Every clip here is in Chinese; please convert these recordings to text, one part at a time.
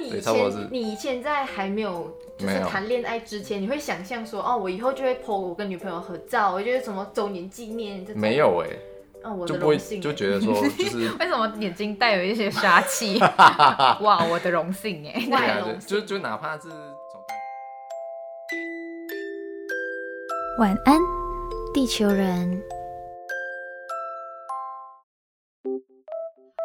你对以差不多是前你以前在还没有就没是有谈恋爱之前，你会想象说哦，我以后就会 po 我跟女朋友合照，我觉得什么周年纪念这种。没有哎、哦，我就的不会荣幸就欸觉 得 说就是为什么眼睛带有一些杀 气？哇，我的荣幸哎！对啊外对龙就就哪怕是从晚安，地球人。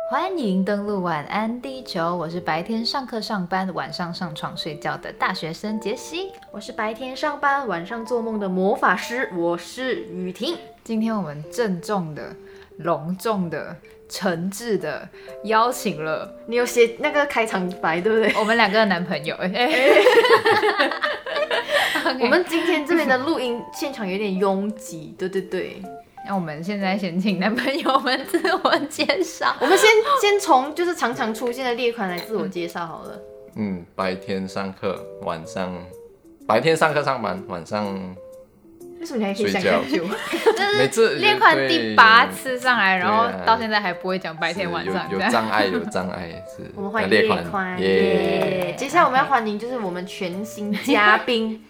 欢迎登录晚安地球，我是白天上课上班，晚上上床睡觉的大学生杰西。我是白天上班，晚上做梦的魔法师，我是雨婷。今天我们郑重的、隆重的、诚挚的邀请了你有写那个开场白对不 对？我们两个的男朋友。哎我们今天这边的录音现场有点拥挤，对对对。那我们现在先请男朋友们自我介绍。我们先 先从就是常常出现的列款来自我介绍好了。嗯白天上课，晚上白天上课上班，晚上嗯为什么你还可以想睡觉这 么久？每次列款第八次上来，对然后到现在还不会讲白天是晚上有这有样。障碍有障碍 是呃我们欢迎列列款宽耶。耶接下来我们要欢迎就是我们全新嘉 宾，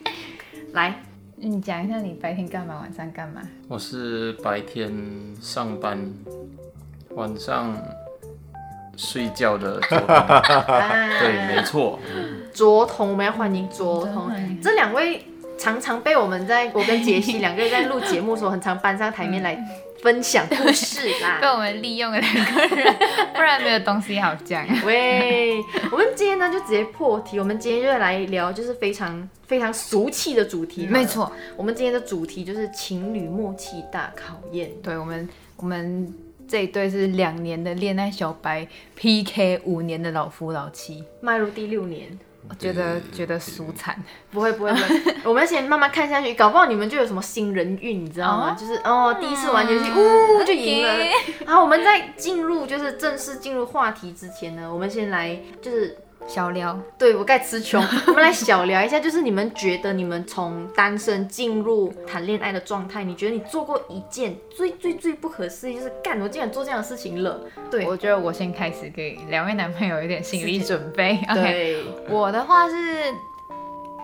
来，你讲一下你白天干嘛，晚上干嘛？我是白天上班，晚上睡觉的 左彤。啊对，没错，卓彤，我们要欢迎卓嗯彤欢迎，这两位常常被我们在我跟杰西 两个人在录节目的时候，很常搬上台面来分享故事啦 被。我们利用了两个人，不然没有东西好讲。 喂，我们今天呢就直接破题，我们今天就来聊就是非常非常俗气的主题，没，错，我们今天的主题就是情侣默契大考验。对我们我们这一对是两年的恋爱小白 PK 五年的老夫老妻，迈入第六年，我觉得觉得俗俗惨。不会不会不 会，我们先慢慢看下去，搞不好你们就有什么新人运，你知道吗？哦嗯就是哦，第一次玩游戏，呜、就赢了。 OK 然后我们在进入就是正式进入话题之前呢，我们先来就是小聊，对我该词 穷，我们来小聊一下，就是你们觉得你们从单身进入谈恋爱的状态，你觉得你做过一件最最最不可思议，就是干我竟然做这样的事情了，对我觉得我先开始给两位男朋友一点心理准备。OK，对，我的话是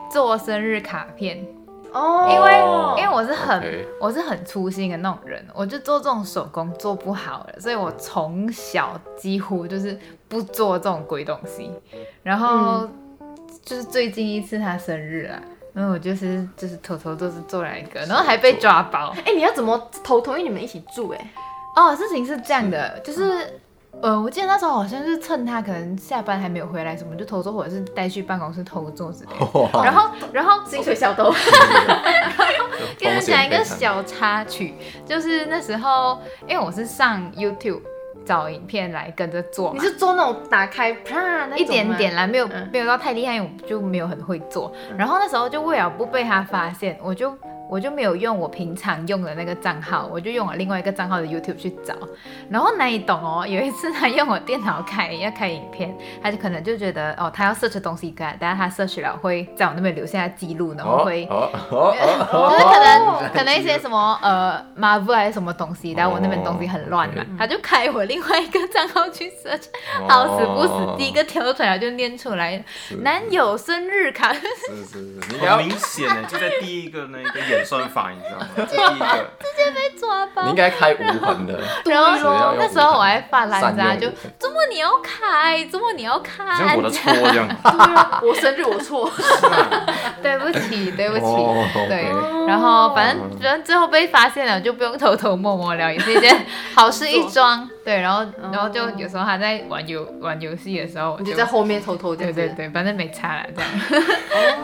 做生日卡片。哦，因为哦因为我是很 OK 我是很粗心的那种人，我就做这种手工做不好了，所以我从小几乎就是不做这种鬼东西。然后、就是最近一次他生日啊，然后我就是就是偷偷都是做了一个，然后还被抓包。哎、你要怎么偷偷？因为你们一起住、哎。哦，事情是这样的，就是。呃，我记得那时候好像是趁他可能下班还没有回来什么，就偷做，或者是带去办公室偷做之类的。哇然后，然后哦薪水小偷，风跟你们讲一个险非常小插曲，就是那时候，因为我是上 YouTube 找影片来跟着做你嘛，是做那种打开啪那种吗一点点，啦，没有、嗯没有到太厉害，因为我就没有很会做。然后那时候就为了不被他发现，我就我就没有用我平常用的那个账号，我就用了另外一个账号的 YouTube 去找。然后难以懂哦，有一次他用我电脑开要开影片，他就可能就觉得哦，他要 search 东西给他，等下他 search 了会在我那边留下记录，然后会。哦哦哦哦就是可能可能一些什么呃 Marvel 还是什么东西，然后我那边东西很乱嘛哦，他就开我另外一个账号去 search，哦好死不死，第一个跳出来就念出来是男友生日卡， 直是是哦是，你很要明显呢，就在第一个那个演算法，你知道吗？第一个接被抓你包应。该开无痕的，然只要后用那时候我还发烂善渣，用就无痕周末你要开，周末你要好看像，我的错一样。对啊我生日我错，对不 起 对不起。哦对 OK 然后反正反正最后被发现了，就不用偷偷摸摸了，也是一件好事一桩。对，然后然后就有时候他在玩游玩游戏的时 候，我你就在后面偷偷这对样子哦对，对，反正没差啦，这样。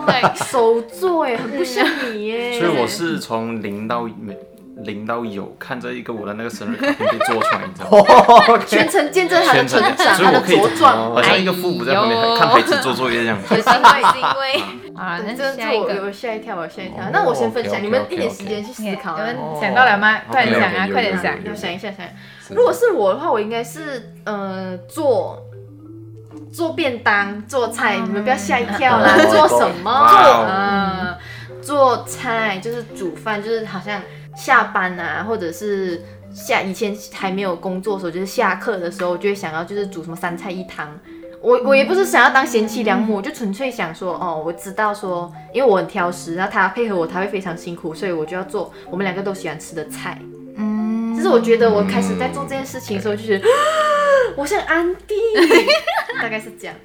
对，手做哎，很不像你耶。所以我是从零到没零到有，看着一个我的那个生日卡片被做出来，你知道吗？全程见证他的全成程，长，所以他我的可以茁壮。好像一个父母在旁边哎呦看孩子做作业这样。很欣慰，欣慰。 啊，对那是这下这一我个。我吓一跳，我吓一跳哦。那我先分享， OK，OK，OK，OK 你们一点时间去思考你啊。们哦想到了吗？快点想啊，有有有有快点想有。要想一下，想一下。是如果是我的话，我应该是呃做做便当、做菜，你们不要吓一跳啦。哦做什么？哇做哦啊，做菜就是煮饭，就是好像下班啊，或者是下以前还没有工作的时候，就是下课的时候就会想要就是煮什么三菜一汤。我我也不是想要当贤妻良母，我就纯粹想说，哦，我知道说，因为我很挑食，然后他配合我，他会非常辛苦，所以我就要做我们两个都喜欢吃的菜。嗯，就是我觉得我开始在做这件事情的时候，就觉 得、我想安 迪，大概是这样。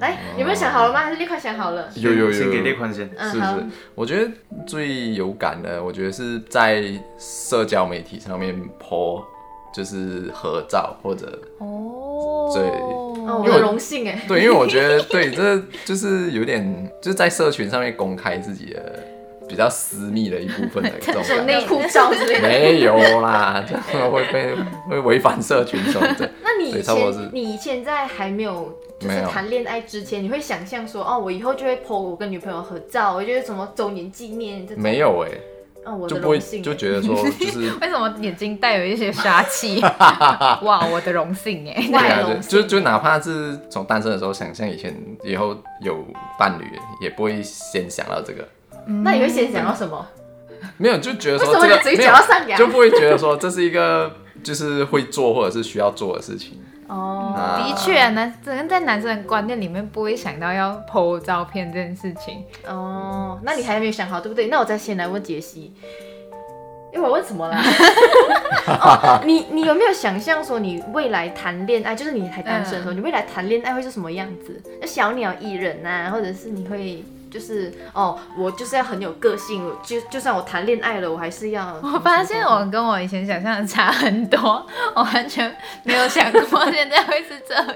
来，有没有想好了吗？还是立刻想好了？有有有，先给列款先。嗯，是好是，我觉得最有感的，我觉得是在社交媒体上面 po，就是合照或者 哦对哦，哦我很荣幸哎。对，因为我觉得对，这就是有点就是在社群上面公开自己的比较私密的一部 分的这种这种感觉。内裤照之类的。没有啦，这样会 被会违反社群守则。那你以对差不多前是你以前在还没有就是没有谈恋爱之前，你会想象说哦，我以后就会 po 我跟女朋友合照，我就是什么周年纪念这种。没有哎、哦，我就的不会荣幸。就觉得说 就是为什么眼睛带有一些杀 气？哇，我的荣幸哎！对啊，外对龙就就哪怕是从单身的时候想象以前以后有伴侣，也不会先想到这个，那你会先想到什么？没有就觉得为说什么这个你嘴没角有要上扬就不会觉得说这是一个就是会做或者是需要做的事情。哦，啊的确，男只能在男生的观念里面不会想到要 PO 照片这件事情。哦，那你还没有想好，对不对？那我再先来问杰西，因为我问什么啦？哦，你你有没有想象说你未来谈恋爱，就是你还单身的时候，你未来谈恋爱会是什么样子？就小鸟依人啊，或者是你会就是哦，我就是要很有个性，我就就算我谈恋爱 了，我还是要。嗯我发现我跟我以前想象的差很多，我完全没有想过现在会是这样。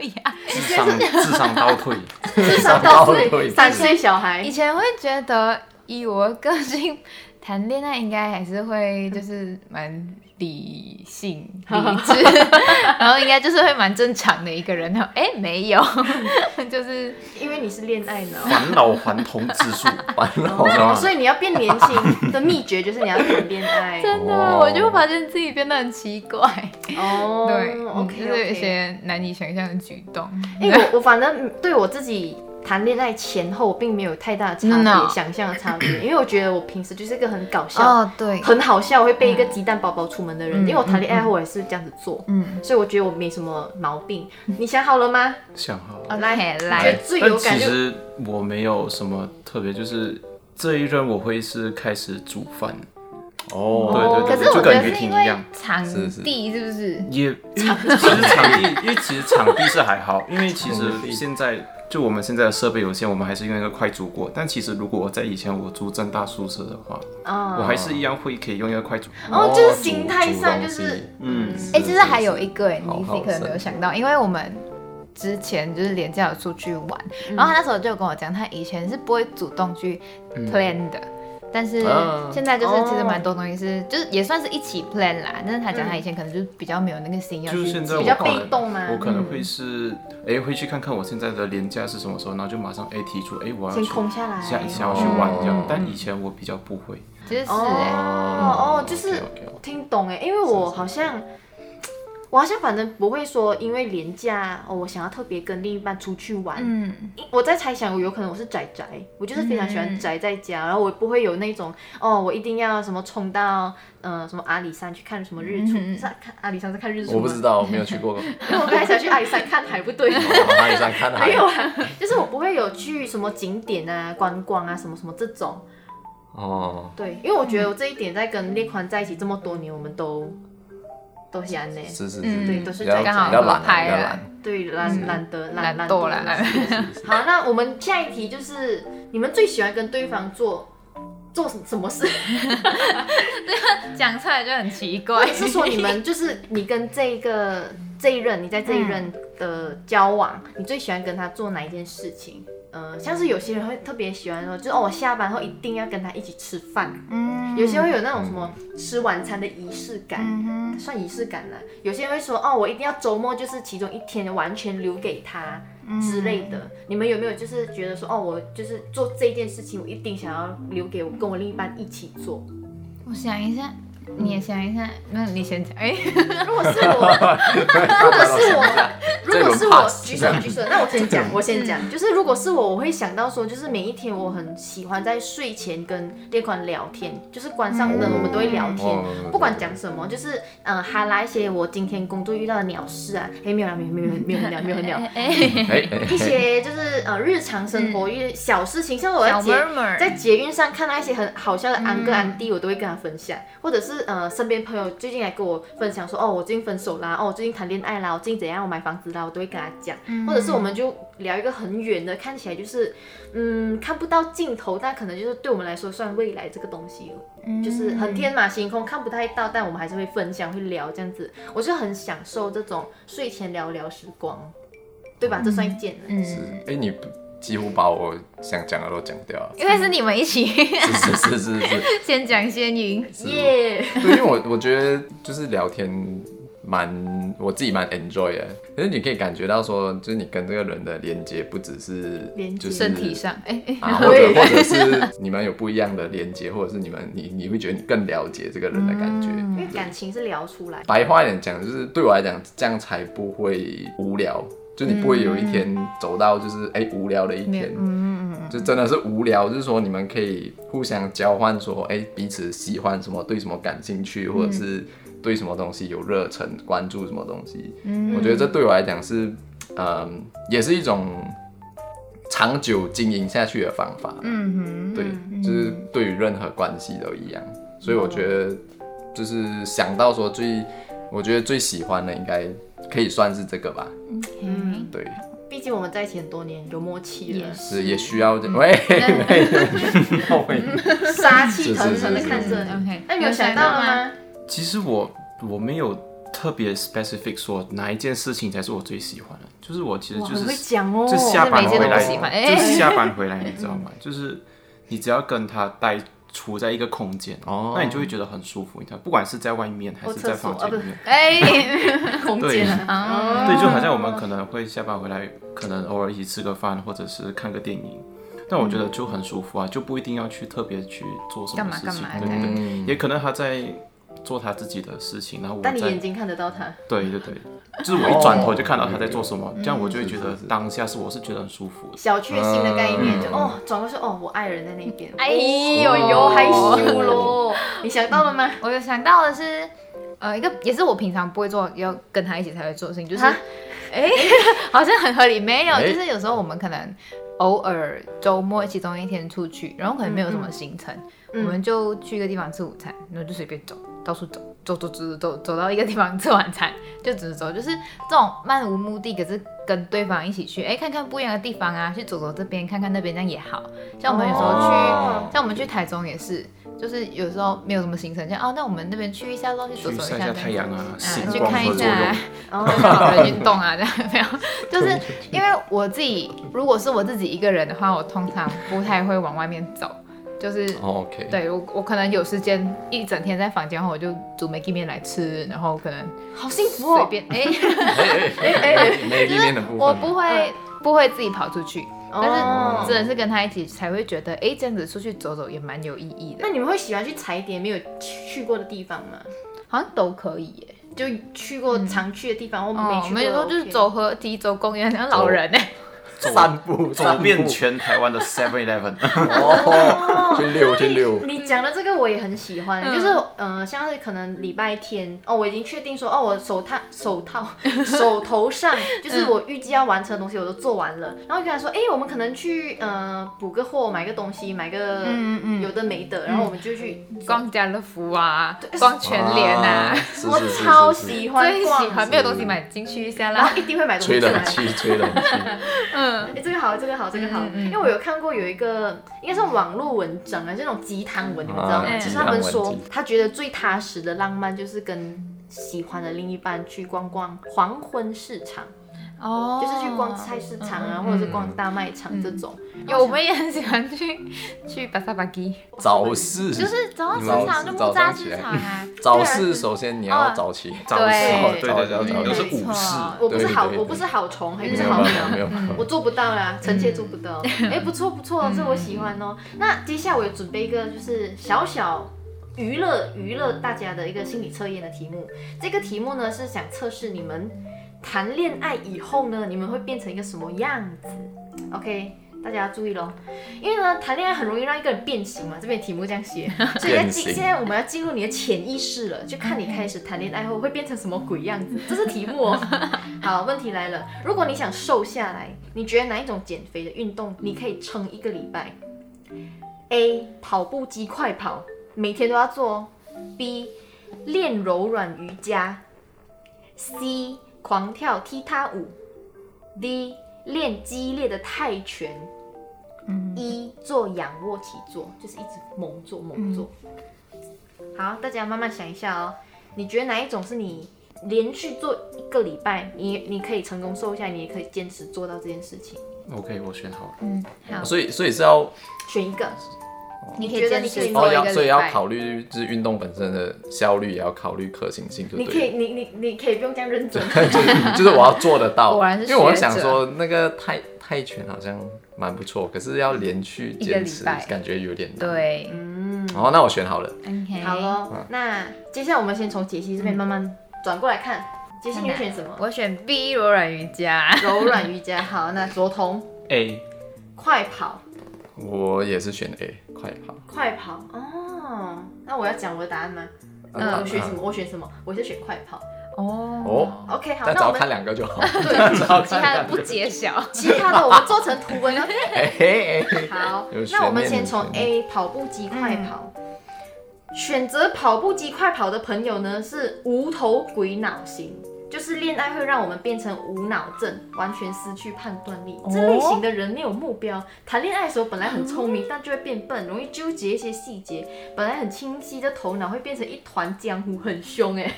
智商智商倒退，至少到岁三岁小孩以，前会觉得以我的个 性谈恋爱应该还是会就是蛮理性理智，然后应该就是会蛮正常的一个人。然后哎、没有，就是因为你是恋爱脑。返老还童之术，完了，我知道哦吗所以你要变年轻的秘诀就是你要谈恋 爱真的，哦我就发现自己变得很奇怪。哦。对，嗯，OK 就是有 OK。些难以想象的举动。因为哎我我反正对我自己谈恋爱前后并没有太大的差别 No 想象的差别，因为我觉得我平时就是一个很搞笑、哦，对，很好笑，会背一个鸡蛋包包出门的人。嗯因为我谈恋爱后我也是这样子做，嗯，所以我觉得我没什么毛病。你想好了吗？想好。好来，来最来，最但有感其就实我没有什么特别，就是这一任我会是开始煮饭，哦，对对对可是我就觉跟得雨是婷因一为样。场是是地是不是？也因为其实场地，因为其实场地是还好，因为其实现在就我们现在的设备有限，我们还是用一个快煮锅。但其实如果我在以前我住正大宿舍的话，啊，我还是一样会可以用一个快煮。哦，就是心态上就煮东是西嗯，哎、其实还有一个哎，好你自好己可能没有想到，因为我们之前就是廉价有出去玩，然后他那时候就有跟我讲，他以前是不会主动去 plan 的。但是啊现在就是其实哦蛮多东西是，就是也算是一起 plan 啦。但是他讲嗯他以前可能就是比较没有那个心要就是去现在做比我较可能被动吗我可嗯能会是哎、会去看看我现在的年假是什么时候，然后就马上哎提出哎、我要先去空下来。想想要去玩这样哦。但以前我比较不会，其实是哎、哦哦，就是，OK，OK 我听懂哎，因为我好像。我好像反正不会说，因为廉价哦，我想要特别跟另一半出去玩，嗯，我在猜想，我有可能我是宅宅，我就是非常喜欢宅在家，然后我不会有那种哦，我一定要什么冲到呃什么阿里山去看什么日出，嗯是啊看阿里山是看日出吗？我不知，道，我没有去过，哦因 为我刚才想去阿里山看海，不对，往哪里上看海 没？有啊，就是我不会有去什么景点啊、观光啊什么什么这种，哦，对，因为我觉得我这一点在跟列宽在一起这么多年，我们都都喜欢呢，是是嗯是，对，都是比宅较比刚好较懒啊，合拍比较了懒。对懒懒得懒懒惰惰啦啦。啊好，那我们下一题就是你们最喜欢跟对方做做什么事？ 讲出来就很奇或怪。者是说你们就是你跟这一个这一任，你在这一任的交往，你最喜欢跟他做哪一件事情？呃，像是有些人会特别喜欢说，就是哦，我下班后一定要跟他一起吃饭。嗯有些会有那种什么吃晚餐的仪式感，算仪式感啦。有些人会说，哦，我一定要周末就是其中一天完全留给他之类的。你们有没有就是觉得说，哦，我就是做这件事情，我一定想要留给我跟我另一半一起做？ 我想一下，嗯你也想一下，那你先讲。哎、如果是我，如果是我，如果是这一轮我 pass 举手举手，那我先讲，我先讲，就是如果是我，我会想到说，就是每一天我很喜欢在睡前跟列宽聊天，就是关上灯，我们都会聊天，哦不管讲什么，就是嗯，还来一些我今天工作遇到的鸟事啊，哎，没有啦，没有没有没有没有没有没有， 哎嗯哎一些就是呃日常生活一些小事情，像我在小捷 murmur，在捷运上看到一些很好笑的安哥安弟，我都会跟他分享，或者是呃身边朋友最近来跟我分享说，哦我最近分手啦，哦我最近谈恋爱啦，我最近怎样，我买房子啦，我都会跟他讲，或者是我们就聊一个很远的，看起来就是嗯看不到尽头，但可能就是对我们来说算未来这个东西哦，就是很天马行空，看不太到，但我们还是会分享会聊这样子，我就很享受这种睡前聊聊时光，对吧？这算一件，嗯，嗯，哎，你几乎把我想讲的都讲掉了，因为是你们一起 是是是是是。先讲先赢，耶、对，因为我我觉得就是聊天蛮我自己蛮 enjoy 的，可是你可以感觉到说，就是你跟这个人的连接不只是连接就是身体上，哎、哎、啊，或者或者是你们有不一样的连接，或者是你们你你会觉得你更了解这个人的感觉。因为感情是聊出来的。白话一点讲，就是对我来讲，这样才不会无聊。就你不会有一天走到就是哎、无聊的一没有天，，嗯嗯嗯就真的是无聊，就是说你们可以互相交换说，哎、彼此喜欢什么，对什么感兴趣，或者是对什么东西有热忱，关注什么东西。我觉得这对我来讲是，嗯、也是一种长久经营下去的方法。嗯哼，对，就是对于任何关系都一样。所以我觉得，就是想到说最，我觉得最喜欢的应该可以算是这个吧。嗯，对，毕竟我们在一起很多年，有默契了，是也需要这喂，喂杀气腾腾的是是是看着你。嗯 OK，那你有想到了？吗？其实我我没有特别 specific 说哪一件事情才是我最喜欢的，就是我其实哎哇，就很会是讲哦。就下班每回件都来，不喜欢哎就是下班回来，你知道 吗？就是你只要跟他待处在一个空间，哦那你就会觉得很舒服，你知道，不管是在外面还或是在厕所房啊间不里是面， 哎、空对间 啊，对，就好像我们可能会下班回来，可能偶尔一起吃个饭，或者是看个电影。但我觉嗯得就很舒服啊，就不一定要去特别去做什干么嘛事情，干嘛对对对，嗯也可能他在做他自己的事情，然后我在但你眼睛看得到他，对对对，就是我一转头就看到他在做什哦么，这样我就会觉得当下嗯是我是觉得很舒服的。小确幸的概念，嗯就哦，转过去哦，我爱人在那边。哎哦呦呦，呦，害羞喽！ 你想到了吗？我有想到的是，呃，一个也是我平常不会做，要跟他一起才会做的事情，就是，哈哎、 好像很合理，没有，哎就是有时候我们可能偶尔周末其中一天出去，然后可能没有什嗯么行程，我们就去一个地方吃午餐，然后就随便走，到处走。走走走走走到一个地方吃晚餐，就只是走，就是这种漫无目的，可是跟对方一起去，哎，看看不一样的地方啊，去走走这边，看看那边，这样也好。像我们有时候去哦像我们去台中也是，就是有时候没有什么行程，这样哦，那我们那边去一下咯，去走去走晒一一下这样太阳啊，子星啊，去光看合一作下啊用，， 哦， 老人运动啊，这样没有，就是因为我自己，如果是我自己一个人的话，我通常不太会往外面走，就是。哦，OK，对我，我可能有时间一整天在房间后，我就煮 Maggi 面来吃，然后可能好幸福随哦。便哎，哎哎哎，没里面的部我分，不会不会自己跑出去， 但哦是真嗯的是跟他一起才会觉得，哎，这样子出去走走也蛮有意义的。那你们会喜欢去踩点没有去去过的地方吗？好像都可以耶。就去过常去的地方，我没嗯哦，我去过。们有时候就是，走河堤、走公园，像老人哎，散步走遍散步全台湾的 Seven Eleven。哦，去溜去溜，你讲的这个我也很喜欢，就是呃，像是可能礼拜天哦，我已经确定说哦，我手套手套手头上就是我预计要完成的东西我都做完了，然后就跟他说，哎，我们可能去呃补个货，买个东西，买个有的没的，然后我们就去。逛家乐福啊，逛全联啊，是我是是超是是喜欢最逛喜欢没有东西买进去一下然啦后。一定会买东西吹进冷来。气，吹冷气，哎，这个好，这个好，这个好，嗯嗯因为我有看过有一个应该是网络文章啊，这种鸡汤文，你们知道吗？啊就是鸡他汤们文说鸡他觉得最踏实的浪漫就是跟喜欢的另一半去逛逛黄昏市场，哦就是去逛菜市场啊，嗯嗯嗯或者是逛大卖场这种。有我们也很喜欢去去巴萨巴基，早市就是早上你市们场是就早上木扎起市来场啊，早市，首先你要哦早起，早对市，对早对早对，早都是没午错市。我不是好对对，对我不是好虫，还不没是有好办法，没鸟。有办法。 我做不到啦，臣妾做不到。哎、不错不错，这我喜欢哦。那接下来我有准备一个就是小小娱乐娱乐大家的一个心理测验的题目。这个题目呢是想测试你们谈恋爱以后呢，你们会变成一个什么样子？OK。大家要注意喽，因为呢，谈恋爱很容易让一个人变形嘛，这边题目这样 写，所以要变进，形现在我们要进入你的潜意识了，就看你开始谈恋爱后会变成什么鬼样子，这是题目哦。 好，问题来了，如果你想瘦下来，你觉得哪一种减肥的运动你可以撑一个礼拜？A. 跑步机快跑，每天都要做哦。B. 练柔软瑜伽。C. 狂跳踢踏舞。D. 练激烈的泰拳。一做仰卧起坐，就是一直猛做猛做。好，大家慢慢想一下哦，你觉得哪一种是你连续做一个礼拜，你你可以成功瘦下来，你也可以坚持做到这件事情？ OK，我选好了。所以所以是要选一个，你觉得你可以坚持做哦做一要个所以礼要拜。考虑就是运动本身的效率，也要考虑可行性，就你对可以，了。你你你可以不用这样认真。 就是我要做得到， 果然是因为我学想者说那个泰泰拳好像蛮不错，可是要连续一个坚礼持，拜感觉有点难。对嗯，哦，那我选好了。 ，OK，好，咯，那接下来我们先从解析这边慢慢转过来嗯看，解析你会选什么？我选 B 柔软瑜伽。柔软瑜伽。好，那卓彤 A，快跑，我也是选 A，快跑。快跑哦。那我要讲我的答案吗？啊嗯那我选什么？？我选什么？我是选快跑。哦，哦 OK，好，再那找我们看两个就 好。其他的不揭晓。其他的我们做成图文要哎哎哎好有，悬那我们念先有从悬 A 跑步机快跑。选择跑步机快跑的朋友呢，是无头鬼脑型，就是恋爱会让我们变成无脑症，完全失去判断力。这类型的人没有目标，谈恋爱的时候本来很聪明，但就会变笨，容易纠结一些细节。本来很清晰的头脑会变成一团浆糊，很凶哎、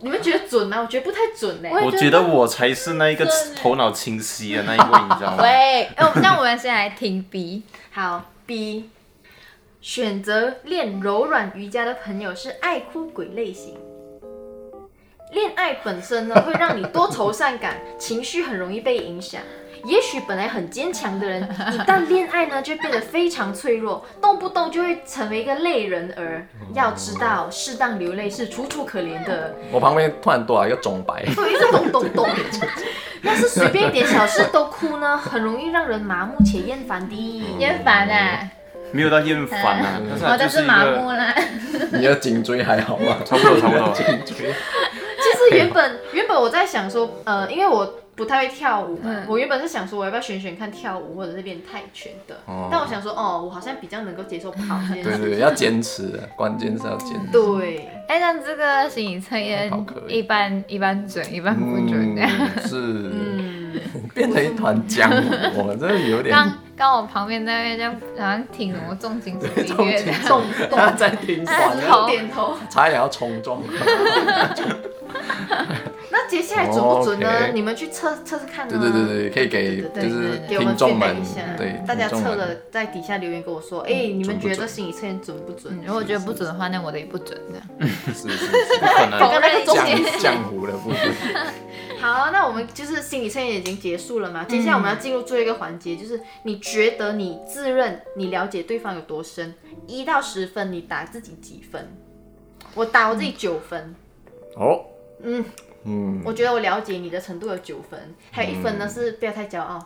你们觉得准吗？我觉得不太准哎、我觉得我才是那一个头脑清晰的那一位，你知道吗？ 喂，那我哦们那我们先来听 B。好，B，选择练柔软瑜伽的朋友是爱哭鬼类型。恋爱本身呢，会让你多愁善感，情绪很容易被影响。也许本来很坚强的人，一旦恋爱呢，就变得非常脆弱，动不动就会成为一个泪人儿。要知道，适当流泪是楚楚可怜的。我旁边突然多来一个钟摆，对，一直咚咚咚。要是随便一点小事都哭呢，很容易让人麻木且厌烦的。厌烦啊，没有到厌烦啊，但是我它嗯哦但就是一麻木个啦。你的颈椎还好吗？ 差不多差 不多。其实原本原本我在想说，呃，因为我不太会跳舞嘛，嗯我原本是想说我要不要选选看跳舞或者是练泰拳的，哦但我想说，哦，我好像比较能够接受跑这件对事。对，对要坚持的，关键是要坚持。对，哎，那这个心理测验好可以一般一般准，一般 不准的。嗯，是嗯，变成一团浆 糊，我们真的有点刚刚我旁边那位就好像挺什么重金属音重乐金的，重，嗯他在听 哎完，好点头。差点要冲撞。那接下来准不准呢？哦，OK 你们去测测试看啊。对对对对，可以给嗯对对就对是给我听们众 feedback 们一下，对大家听众测们嗯了在底下留言跟我说，哎，你们觉得心理测验准不准嗯？如果觉得不准的话，那我的也不准 的。是是是不可 能，刚刚那个中间浆浆糊的部分。好，那我们就是心理测验已经结束了嘛，嗯接下来我们要进入最后一个环节，就是你觉得你自认你了解对方有多深，一到十分，你打自己几分？我打我自己九分，哦，嗯嗯，我觉得我了解你的程度有九分，还有一分呢是不要太骄傲。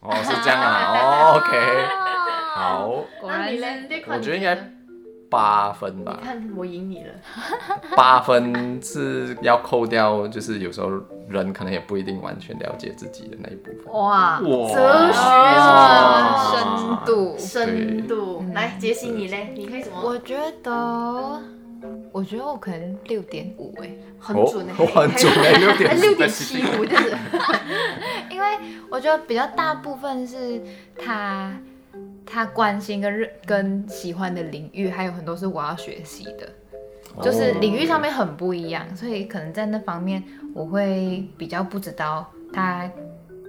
哦是这 样啊，哦 OK，好，果那然你是呢？这款我觉得你应该呢八分吧你，看我赢你了，八分是要扣掉，就是有时候人可能也不一定完全了解自己的那一部分。哦嗯哇，哲学哇深度。深度。来，杰西你嘞，你可以怎么？哦嗯我觉得，我觉得我可能六点五哎，很哦准欸我很 准欸还6.4还六点七五这样子。因为我觉得比较大部分是他他关心跟热跟喜欢的领域，还有很多是我要学习的，哦就是领域上面很不一样，所以可能在那方面我会比较不知道他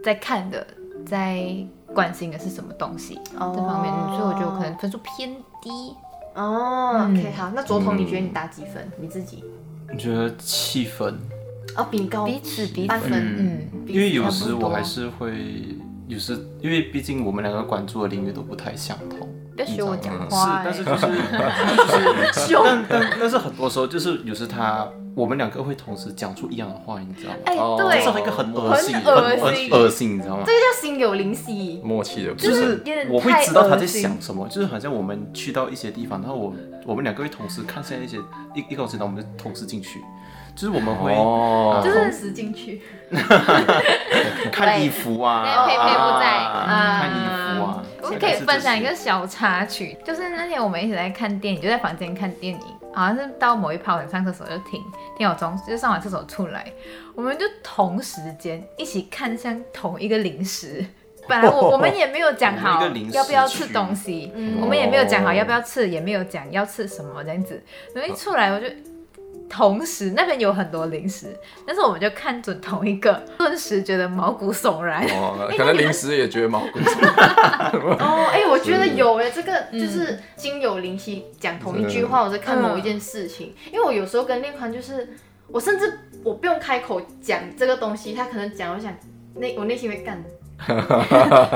在看的在关心的是什么东西。哦这方面，所以我觉得我可能分数偏低。哦、嗯 o k 好，那卓彤，嗯你觉得你打几分？你自己？我觉得气氛，哦，比你高彼此彼八此，分，嗯，彼此因为有差不时多我还是会，有时因为毕竟我们两个关注的领域都不太相同，不要学我讲是 话、，欸。但是就是，但但但是很多时候就是有时他我们两个会同时讲出一样的话，你知道吗？哎、哦这对，是这那个很恶心，很很恶心恶恶心，你知道吗？这叫心有灵犀。默契的部就分，是有点我会太知道他恶在心想什么，就是好像我们去到一些地方，然后我我们两个会同时看向一些一一个东西，然后我们就同时进去，就是我们会哦，就是同时进 去，看衣服啊，对佩佩不在嗯啊看衣服啊，我可大概以是这分享一些个小插曲，就是那天我们一起在看电影，就在房间看电影，好像是到某一趴我上厕所就停，听我从就上完厕所出来，我们就同时间一起看向同一个零 食。本来哦我我们也没有讲好同一个零食要不要吃区东西，嗯我们也没有讲好哦要不要吃，也没有讲要吃什么这样子。然后一出来我就同时那边有很多零食，但是我们就看准同一个，顿时觉得毛骨悚然。 哎哦，可能临时也觉得毛骨悚然。哦，哎、我觉得是有哎、这个就是心有灵犀，讲同一句话，我在看某一件事情，因为我有时候跟恋宽就是，我甚至我不用开口讲这个东西，他可能讲，我想内我内心会干，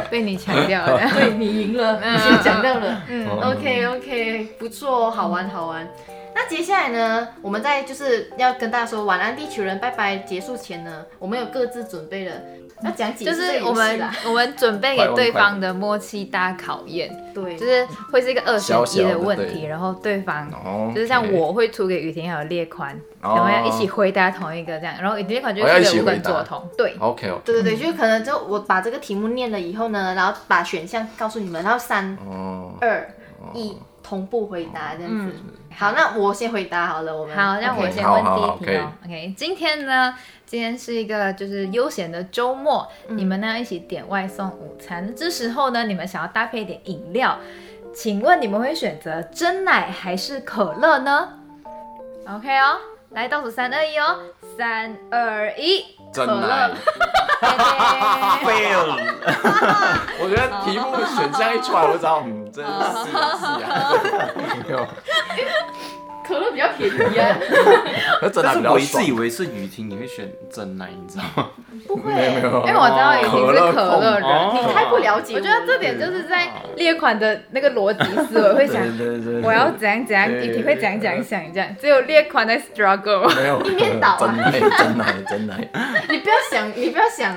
被你强调了。对你赢了，嗯你先讲掉了。嗯，哦 OK OK，不错哦，好玩好玩。那接下来呢，我们在就是要跟大家说晚安，地球人，拜拜。结束前呢，我们有各自准备了要讲几就次这是个我游戏们啦我们准备给对方的默契大考验，对，就是会是一个二选一小小的问对题，然后对方哦，就是像，我会出给雨婷还有列宽，然然后要一起。回答同一个这样，然后列宽就哦我要是一起刘回跟答左同，对， OK 哦，对对对，就是可能就我把这个题目念了以后呢，然后把选项告诉你们，然后三哦，二一同步回答这样子。好，那我先回答好了，我们好，让我 OK，先好问好好第一题哦。OK，今天呢，今天是一个就是悠闲的周末，你们呢一起点外送午餐。这时候呢，你们想要搭配一点饮料，请问你们会选择真奶还是可乐呢？OK 哦，来倒数三二一哦，三二一，真奶。嘿嘿 fail，我觉得题目选项一出来，我就知道，嗯，真的是啊是啊，没 有，可乐比较便宜啊，那真但的是比我较一直爽以。为是雨婷，你会选真奶，你知道吗？ 不会，没有没有，因为我知道已经可是乐可乐控哦人。你太不了解我我觉得这点就是在列款的那个逻辑思维会想，对对我要怎样怎样，对你会怎样怎样想这样，只有列款在 struggle。没有，一面倒啊真奶真奶真奶， 你不要想，你不要想。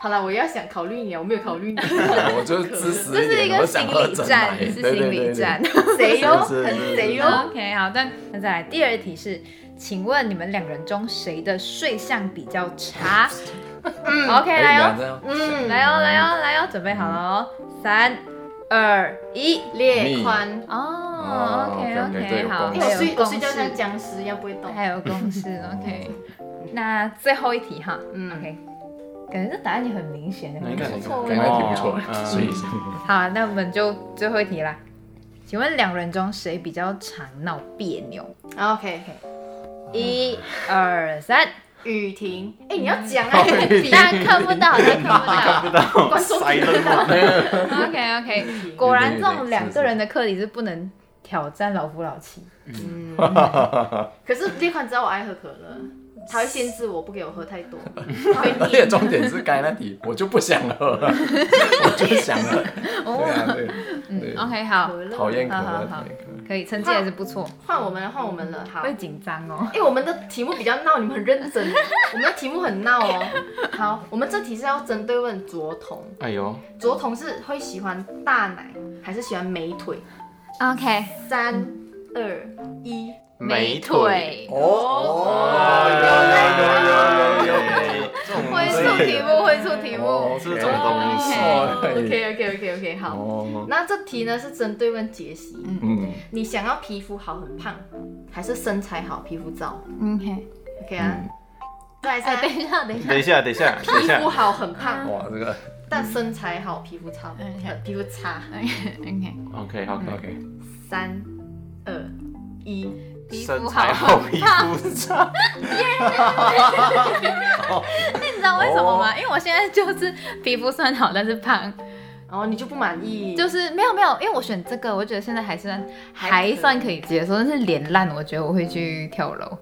好了，我要想考虑你啊，我没有考虑你，我就自私这是一一点，个我心想喝理真战，奶，对是心对对理对战。谁哟，是是很谁哟。 OK，好，但那再来第二题是，请问你们两人中谁的睡相比较差？嗯，OK，哎来你哦，俩这样嗯，来哦，来哦，来哦，准备好了哦，三二一，列宽，哦，OK 哦，OK，OK，对 OK，有好，共因识为我还有睡我共睡觉像识，僵尸一样不会动。还有共识，OK。那最后一题哈，嗯，OK，感觉这答案也很明显，哪一个很不错感觉挺不哦错嗯的，所以 好，那我们就最后一题啦。请问两人中谁比较常闹别扭？ OK，嗯一二三，雨婷，哎，你要讲啊，比 大家看不到，大家看不到。观众听不到。 OK OK，果然这种两个人的课题是不能挑战老夫老妻。可是这款知道我爱喝可乐，嗯他会限制我不给我喝 太多。而且重点是刚才那题，我就不想喝，我就想喝，对 哦，啊对，对嗯，OK，好，可乐讨厌可好好乐，好讨厌可乐可以，成绩还是不错。换我们了，换我们了，好。会紧张哦。哎、我们的题目比较闹，你们很认真。 我们的题目很闹哦。好，我们这题是要针对问卓彤，哎呦，卓彤是会喜欢大奶还是喜欢美腿？嗯 OK，三、二、一，美腿。哦，有有有有有有。这种会出题目，会出题目哦。这种东西哦哎 OK OK OK OK，好。哦，那这题呢是针对问杰西，嗯，你想要皮肤好很胖，还是身材好皮肤糟嗯 OK， ？OK 啊，嗯再来哎，三等，一下，等一下嗯等。一下，等一下，等一皮下肤，好很胖，哇，这个但身材好皮肤差，呃皮肤差。嗯 OK， OK OK， OK，三、二、一，皮肤身好材好，皮肤差， 你知道为什么哦吗？因为我现在就是皮肤算好，但是胖，然后你就不满意，就是没有没有，因为我选这个，我觉得现在还算还还算可以接受，但是脸烂，我觉得我会去跳楼。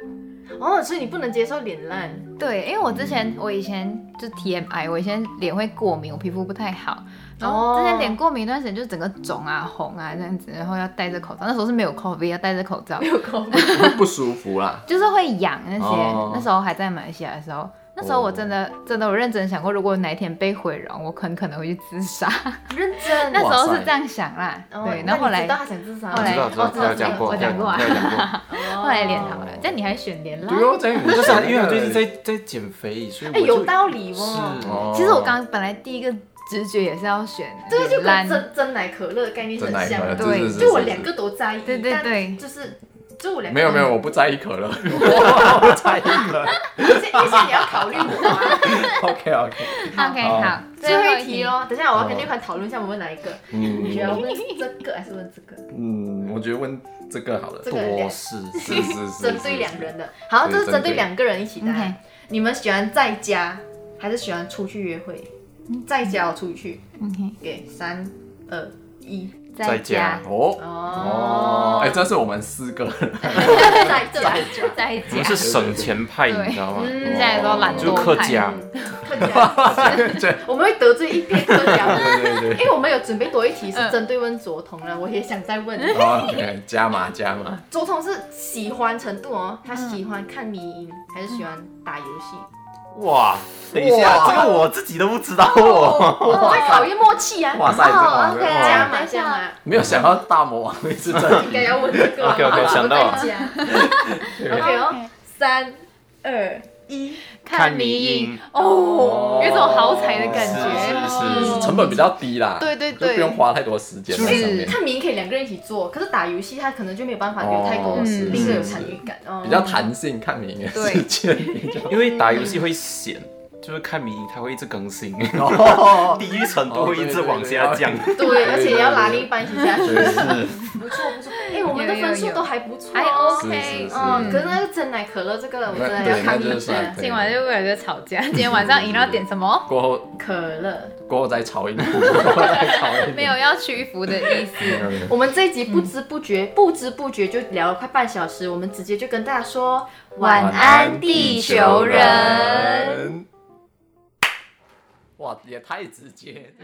哦，所以你不能接受脸 烂，对，因为我之前我以前就 TMI，我以前脸会过敏，我皮肤不太好，然后哦之前脸过敏一段时间就整个肿啊、红啊这样子，然后要戴着口罩，那时候是没有 COVID，要戴着口 罩，有口味。会不舒服啦。就是会痒那些。哦那时候还在马来西亚的时候，那时候我真的、哦真的我认真想过，如果哪一天被毁容，我很可能会去自杀。认真。 那时候哇是塞这样想啦，哦对。那然后后你来知道他想自杀吗，后来知道知道，哦他有讲过，我讲过啊他有讲过。哦后来脸好了，但你还选脸啦。对哦，这样不你是啊，因为我最近在在减肥，所以我哎，就有道理哦。是哦其实我刚本来第一个直觉也是要选这个就脸烂跟真真奶可乐的概念真很奶像可乐，啊，对是是是就我是两个都在意，对对但对就是就我两个没有没有，我不在意可乐。有，而且而且你要考虑我 啊。 OK OK， OK 好好，最后一题哦题。咯，等一下我要跟六款讨论一下我们哪一个，你觉得要嗯问这个还是问这个？嗯，我觉得问这个好了这，个多事，是是是是，针对两人的，好，这是针对两个人一起的啊 OK。你们喜欢在家还是喜欢出去约会？在家我出去， OK，给三二一，在家家，哦哦，哎，这是我们四个人，在家在家，在我家，们是省钱派，对你知道吗？嗯现在都懒就惰客派家，客家，我们会得罪一片客 家人。对对对因为我们有准备多一题是针对问卓彤了，我也想再问你哦，OK，加码加码，卓彤是喜欢程度哦，他喜欢看迷音还是喜欢打游戏？哇，等一下，这个我自己都不知道哦。我在考验默契啊！哇塞这个哦哇，OK，塞加码加码，没有想到大魔王会是这样，应该要问这个吧 OK，OK，我在想到了家啊 OK 哦，三二一，看迷迷影哦，有一种好彩的感是觉。是是成本比较低啦，对对就对，不用花太多时间在上面，看迷音可以两个人一起做，可是打游戏他可能就没有办法有太多哦是另一个有是是参与感哦，比较弹性，看明年对世界 比较。因为打游戏会显，就是看迷影它会一直更新， 哦，地域程度会一直往下降。哦 对，而且也要拉另一半一起下去，是 不错不错。哎，我们的有有分数有都还不错，还是 OK 是。嗯，可是那个真奶可乐这个，我真的对，要那抗就议。是算可以今晚就为了这个吵架，今天晚上饮料点什 么？过后可乐，过后再吵一点，过后再吵一点。没有要屈服的意思。我们这一集不知不觉、不知不觉就聊了快半小时，我们直接就跟大家说晚晚安，安，地地球球人。人。哇，也太直接。